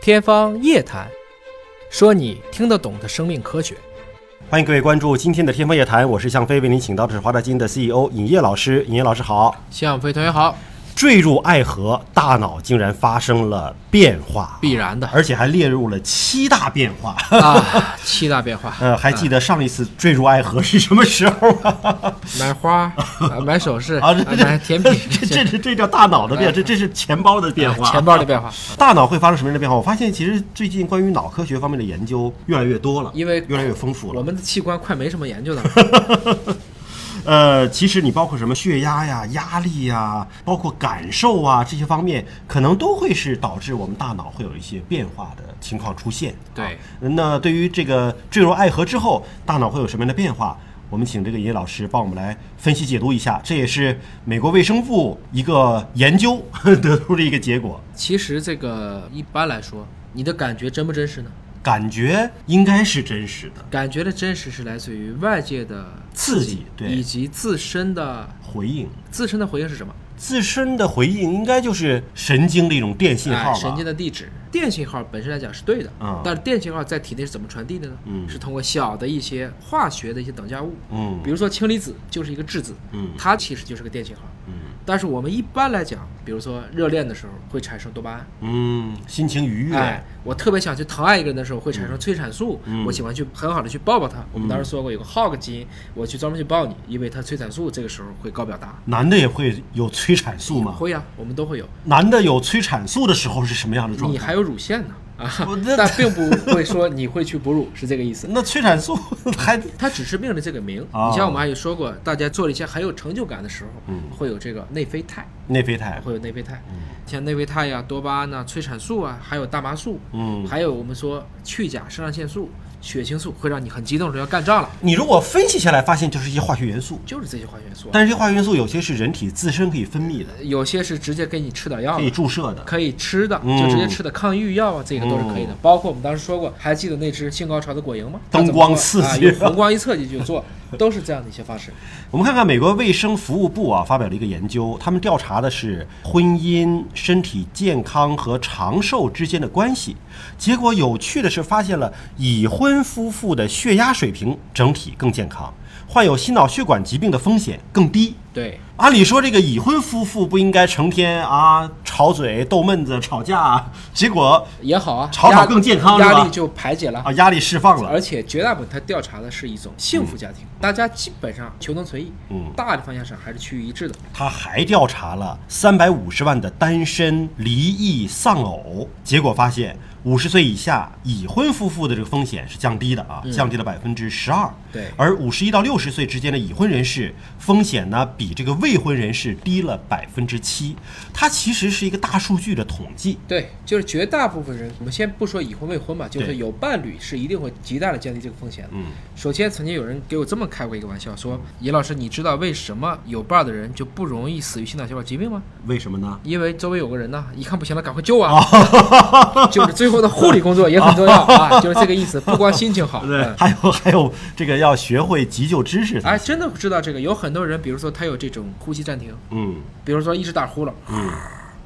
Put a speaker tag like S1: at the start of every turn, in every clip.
S1: 天方夜谭，说你听得懂的生命科学。
S2: 欢迎各位关注今天的《天方夜谭》，我是向飞，为您请到的是华大基因的 CEO 尹烨老师。尹烨老师好。
S1: 向飞同学好，
S2: 坠入爱河，大脑竟然发生了变化，
S1: 必然 的
S2: 而且还列入了七大变 化。
S1: 啊，七大变化，
S2: 呃，还记得上一次坠入爱河是什么时 候吗？
S1: 买 花，啊买首饰，
S2: 啊，
S1: 啊
S2: 这
S1: 买甜品，嗯啊
S2: 这这这这叫大脑的变，这这是钱包的变化。
S1: 钱包的变化，
S2: 大脑会发生什么样的变化？我发现其实最近关于脑科学方面的研究越来越多了，
S1: 因为
S2: 越来越丰富了
S1: 我。们的器官快没什么研究的了。
S2: 呃，其实你包括什么血压呀、压力呀，包括感受啊这些方面，可能都会是导致我们大脑会有一些变化的情况出现。
S1: 对
S2: 啊那对于这个坠入爱河之后，大脑会有什么样的变化？我们请这个尹烨老师帮我们来分析解读一下，这也是美国卫生部一个研究 得出的一个结果。
S1: 其实这个一般来说，你的感觉真不真实呢？
S2: 感觉应该是真实的
S1: 感觉的真实是来自于外界的
S2: 刺激，
S1: 以
S2: 对
S1: 及自身的
S2: 回应
S1: 自身的回应是什么？
S2: 自身的回应应该就是神经的一种电信号
S1: 哎
S2: 吧？
S1: 神经的地址。电信号本身来讲是对的，
S2: 嗯
S1: 但是电信号在体内是怎么传递的呢？
S2: 嗯
S1: 是通过小的一些化学的一些等价物，
S2: 嗯
S1: 比如说氢离子就是一个质子，
S2: 嗯
S1: 它其实就是个电信号。
S2: 嗯
S1: 但是我们一般来讲，比如说热恋的时候会产生多巴胺，
S2: 嗯，心情愉悦，
S1: 哎，我特别想去疼爱一个人的时候会产生催产素，
S2: 嗯
S1: 我喜欢去很好的去抱抱他。我们当时说过有个 hog 基因，我去专门去抱你，因为它催产素这个时候会高表达。
S2: 男的也会有催产素吗？
S1: 会呀、啊我们都会有。
S2: 男的有催产素的时候是什么样的状
S1: 你
S2: 态？
S1: 还有乳腺呢啊
S2: 我这，
S1: 但并不会说你会去哺乳，是这个意 思。
S2: 那催产素还
S1: 它只是命了这个名。
S2: 哦
S1: 你像我们还有说过，大家做了一些很有成就感的时候，
S2: 嗯
S1: 会有这个内啡肽，
S2: 内啡肽？
S1: 会有内啡肽，像内啡肽呀、多巴胺呐、催产素啊，还有大麻素，
S2: 嗯，
S1: 还有我们说去甲肾上腺素、血清素，会让你很激动地说要干仗了，
S2: 你如果分析下来，发现就是一些化学元素，
S1: 就是这些化学元素啊。
S2: 但是这些化学元素有些是人体自身可以分泌的，
S1: 有些是直接给你吃点药
S2: 可以
S1: 的。
S2: 注射的。
S1: 可以吃的，
S2: 嗯
S1: 就直接吃的抗抑郁药啊，这个都是可以的。包括我们当时说过，还记得那只性高潮的果蝇吗？
S2: 灯光刺激
S1: 它怎么做啊，用红光一刺激就做，都是这样的一些方式。
S2: 我们看看美国卫生服务部啊发表了一个研究，他们调查的是婚姻、身体健康和长寿之间的关系。结果有趣的是，发现了已婚夫妇的血压水平整体更健康，患有心脑血管疾病的风险更低。
S1: 对，
S2: 按理说，这个已婚夫妇不应该成天啊吵嘴、斗闷子、吵架啊，结果
S1: 也好啊，
S2: 吵吵
S1: 压
S2: 更健康是吧
S1: 压力就排解了。
S2: 啊压力释放了。
S1: 而且绝大部分他调查的是一种幸福家庭，大家基本上求同存异，
S2: 嗯
S1: 大的方向上还是趋于一致的。
S2: 他还调查了三百五十万的单身、离异、丧偶，结果发现五十岁以下已婚夫妇的这个风险是降低的啊，降低了百分之十二。
S1: 对
S2: 而五十一到六十岁之间的已婚人士风险呢，比这个未婚人士低了百分之七。它其实是一个大数据的统计。
S1: 对，就是绝大部分人，我们先不说已婚未婚吧，就是
S2: 对
S1: 有伴侣是一定会极大的降低这个风险的。
S2: 嗯，
S1: 首先曾经有人给我这么开过一个玩笑，说：“尹老师，你知道为什么有伴儿的人就不容易死于心脑血管疾病 吗？
S2: 为什么呢？
S1: 因为周围有个人呢，一看不行了，赶快救啊！
S2: 哦
S1: 就是最后的护理工作也很重要啊， 就是这个意思，不光心情好，
S2: 对
S1: 嗯，
S2: 还有还有这个要学会急救知识。
S1: 哎，真的不知道这个，有很多人，比如说他有这种呼吸暂停，
S2: 嗯
S1: 比如说一直打呼噜，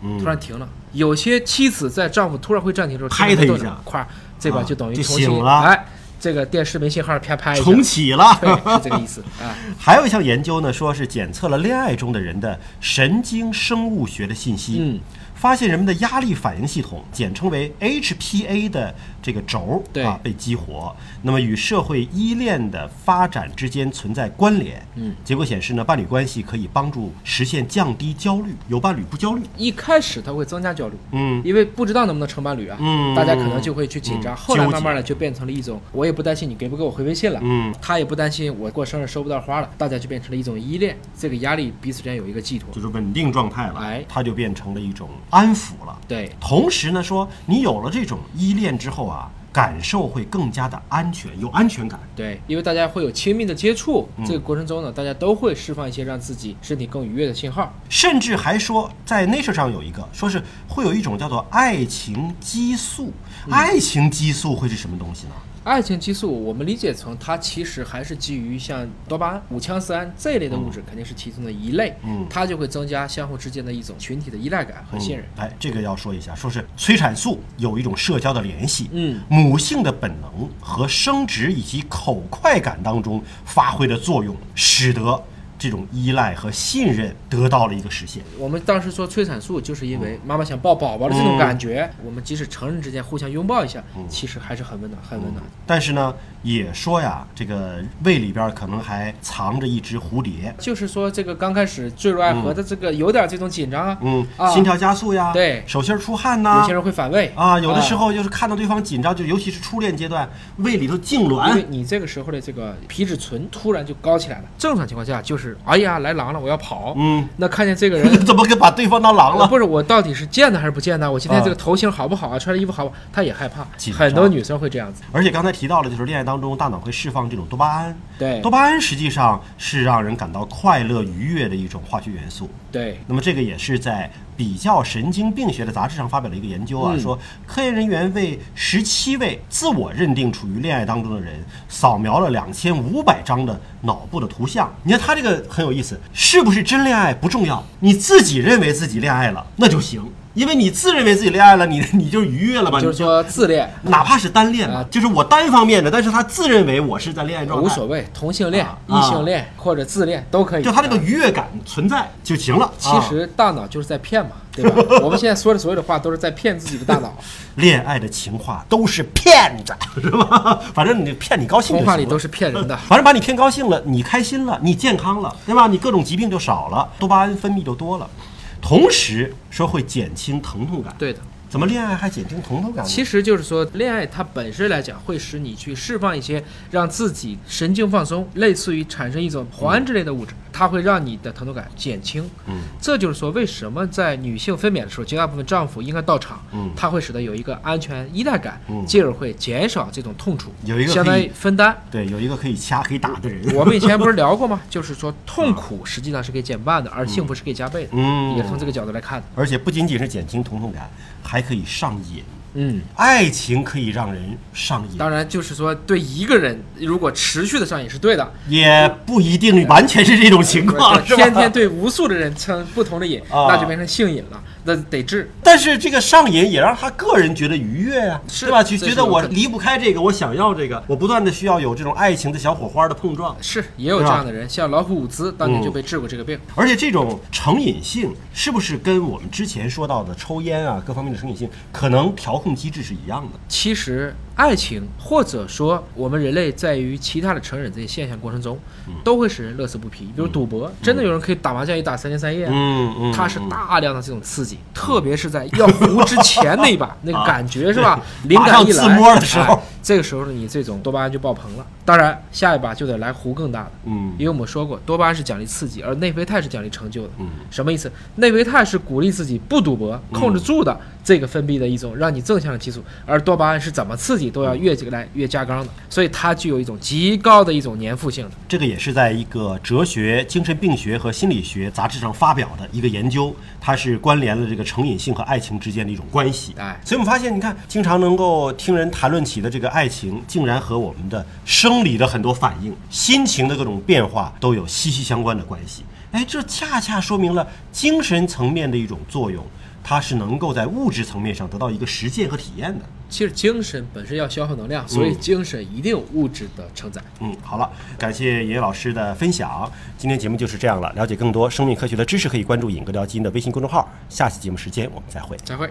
S2: 嗯，
S1: 突然停了。有些妻子在丈夫突然会暂停的时候，
S2: 拍
S1: 基本
S2: 他
S1: 都
S2: 一
S1: 能
S2: 下
S1: 咵，这边
S2: 啊
S1: 就等于
S2: 就
S1: 重
S2: 醒
S1: 新
S2: 了
S1: 哎，这个电视没信号，啪拍一下，
S2: 重启了。
S1: 对，是这个意思啊。
S2: 还有一项研究呢，说是检测了恋爱中的人的神经生物学的信息，
S1: 嗯，
S2: 发现人们的压力反应系统，简称为 HPA 的这个轴
S1: 对
S2: 啊被激活，那么与社会依恋的发展之间存在关联。
S1: 嗯，
S2: 结果显示呢，伴侣关系可以帮助实现降低焦虑，有伴侣不焦虑。
S1: 一开始他会增加焦虑，
S2: 嗯
S1: 因为不知道能不能成伴侣啊，
S2: 嗯
S1: 大家可能就会去紧张，
S2: 嗯
S1: 后来
S2: 纠结
S1: 慢慢的就变成了一种，我也不担心你给不给我回微信了，
S2: 嗯，
S1: 他也不担心我过生日收不到花了，大家就变成了一种依恋，这个压力彼此之间有一个寄托，
S2: 就是稳定状态了，
S1: 哎
S2: 它就变成了一种安抚了。
S1: 对，
S2: 同时呢，说你有了这种依恋之后啊，感受会更加的安全，有安全感。
S1: 对，因为大家会有亲密的接触，
S2: 嗯
S1: 这个过程中呢，大家都会释放一些让自己身体更愉悦的信号。
S2: 甚至还说，在 Nature 上有一个，说是
S1: 嗯
S2: 会有一种叫做爱情激素。爱情激素会是什么东西呢？
S1: 爱情激素，我们理解成它其实还是基于像多巴胺、五羟色胺这一类的物质，肯定是其中的一类，
S2: 嗯
S1: 它就会增加相互之间的一种群体的依赖感和信任。
S2: 嗯。哎，这个要说一下，说是催产素有一种社交的联系，
S1: 嗯，
S2: 母性的本能和生殖以及口快感当中发挥的作用，使得这种依赖和信任得到了一个实现。
S1: 我们当时说催产素，就是因
S2: 嗯
S1: 为妈妈想抱宝宝的这种感觉。我们即使成人之间互相拥抱一下，
S2: 嗯
S1: 其实还是很温暖，很温暖的。
S2: 但是呢，也说呀，这个胃里边可能还藏着一只蝴蝶，
S1: 就是说，这个刚开始坠入爱河的这个有点这种紧张啊，
S2: 嗯，
S1: 啊
S2: 心跳加速呀，
S1: 对
S2: 手心儿出汗呐、
S1: 有些人会反胃
S2: 啊，有的时候就是看到对方紧张，就尤其是初恋阶段，胃里头痉
S1: 因
S2: 挛
S1: 为，你这个时候的这个皮质醇突然就高起来了。正常情况下就是，哎呀，来狼了，我要跑。
S2: 嗯，，
S1: 那看见这 个人
S2: 怎么给把对方当狼
S1: 呃
S2: 了？
S1: 不是我到底是见他还是不见他？我今天
S2: 啊
S1: 这个头型好不好啊？穿的衣服好不好？他也害怕
S2: 紧。张
S1: 很多女生会这样子。
S2: 而且刚才提到了，就是恋爱当中大脑会释放这种多巴胺，
S1: 对
S2: 多巴胺实际上是让人感到快乐愉悦的一种化学元素。
S1: 对，
S2: 那么这个也是在比较神经病学的杂志上发表了一个研究啊，
S1: 嗯
S2: 说科研人员为十七位自我认定处于恋爱当中的人扫描了两千五百张的脑部的图像。你看他这个很有意思，是不是真恋爱不重要，你自己认为自己恋爱了那就行，因为你自认为自己恋爱了，你你就愉悦了吧？你
S1: 就是说自恋。
S2: 哪怕是单恋吧，
S1: 啊
S2: 就是我单方面的，但是他自认为我是在恋爱状态，
S1: 无所谓，同性恋、
S2: 啊
S1: 异性恋或者自恋都可以。
S2: 就他那个
S1: 啊
S2: 愉悦感存在就行了。
S1: 其实大脑就是在骗嘛，对 吧？我们现在说的所有的话都是在骗自己的大脑。
S2: 啊恋爱的情话都是骗子， 是吧？反正你骗你高兴
S1: 童
S2: 就行了
S1: 话里都是骗人的。
S2: 反正把你骗高兴了，你开心了，你健康了，对吧？你各种疾病就少了，多巴胺分泌就多了，同时说会减轻疼痛感。
S1: 对的，
S2: 怎么恋爱还减轻疼痛感呢？
S1: 其实就是说，恋爱它本身来讲，会使你去释放一些让自己神经放松，类似于产生一种磺胺之类的物质，它会让你的疼痛感减轻。
S2: 嗯，
S1: 这就是说，为什么在女性分娩的时候，绝大部分丈夫应该到场，
S2: 嗯
S1: 它会使得有一个安全依赖感，
S2: 嗯
S1: 进而会减少这种痛楚，
S2: 有一个
S1: 相当于
S2: 可以
S1: 分担。
S2: 对，有一个可以掐可以打的人，
S1: 我们以前不是聊过吗？就是说，痛苦实际上是可以减半的，而幸福是可以加倍的，
S2: 嗯
S1: 也是从这个角度来看的。
S2: 而且不仅仅是减轻疼痛感，还可以上瘾。
S1: 嗯，
S2: 爱情可以让人上瘾，
S1: 当然就是说，对一个人如果持续的上瘾是对的，
S2: 也不一定完全是这种情况， 是吧？
S1: 啊天天对无数的人称不同的瘾，
S2: 啊
S1: 那就变成性瘾了，那得治。
S2: 但是这个上瘾也让他个人觉得愉悦呀、
S1: 是
S2: 对吧？
S1: 这
S2: 就是觉得
S1: 有
S2: 我
S1: 可能
S2: 离不开这个，我想要这个，我不断的需要有这种爱情的小火花的碰撞。
S1: 是也有这样的人，像老虎伍兹当
S2: 嗯
S1: 年就被治过这个病。
S2: 而且这种成瘾性是不是跟我们之前说到的抽烟啊各方面的成瘾性，可能调控机制是一样的？
S1: 其实，爱情或者说我们人类在于其他的成人这些现象过程中，
S2: 嗯
S1: 都会使人乐此不疲。比如赌博，真的有人可以打麻将一打三天三夜啊。
S2: 嗯嗯
S1: 它是大量的这种刺激，特别是在要胡之前那一 把，那个感觉是吧？灵
S2: 啊马上
S1: 感一来，
S2: 自摸的时候
S1: 哎这个时候你这种多巴胺就爆棚了。当然，下一把就得来胡更大的，
S2: 嗯
S1: 因为我们说过，多巴胺是奖励刺激，而内啡肽是奖励成就的。
S2: 嗯，
S1: 什么意思？内啡肽是鼓励自己不赌博、控制住的、这个分泌的一种让你正向的激素，而多巴胺是怎么刺激都要越来越加纲的，所以它具有一种极高的一种粘附性的。
S2: 这个也是在一个哲学、精神病学和心理学杂志上发表的一个研究，它是关联了这个成瘾性和爱情之间的一种关系。
S1: 哎
S2: 所以我们发现，你看，经常能够听人谈论起的这个爱情，竟然和我们的生理的很多反应、心情的各种变化都有息息相关的关系。哎，这恰恰说明了精神层面的一种作用，它是能够在物质层面上得到一个实践和体验的。
S1: 其实精神本身要消耗能量，所以精神一定有物质的承载。
S2: 嗯，好了，感谢尹老师的分享。今天节目就是这样了。了解更多生命科学的知识，可以关注“尹哥聊基因”的微信公众号。下期节目时间我们再会。
S1: 再会。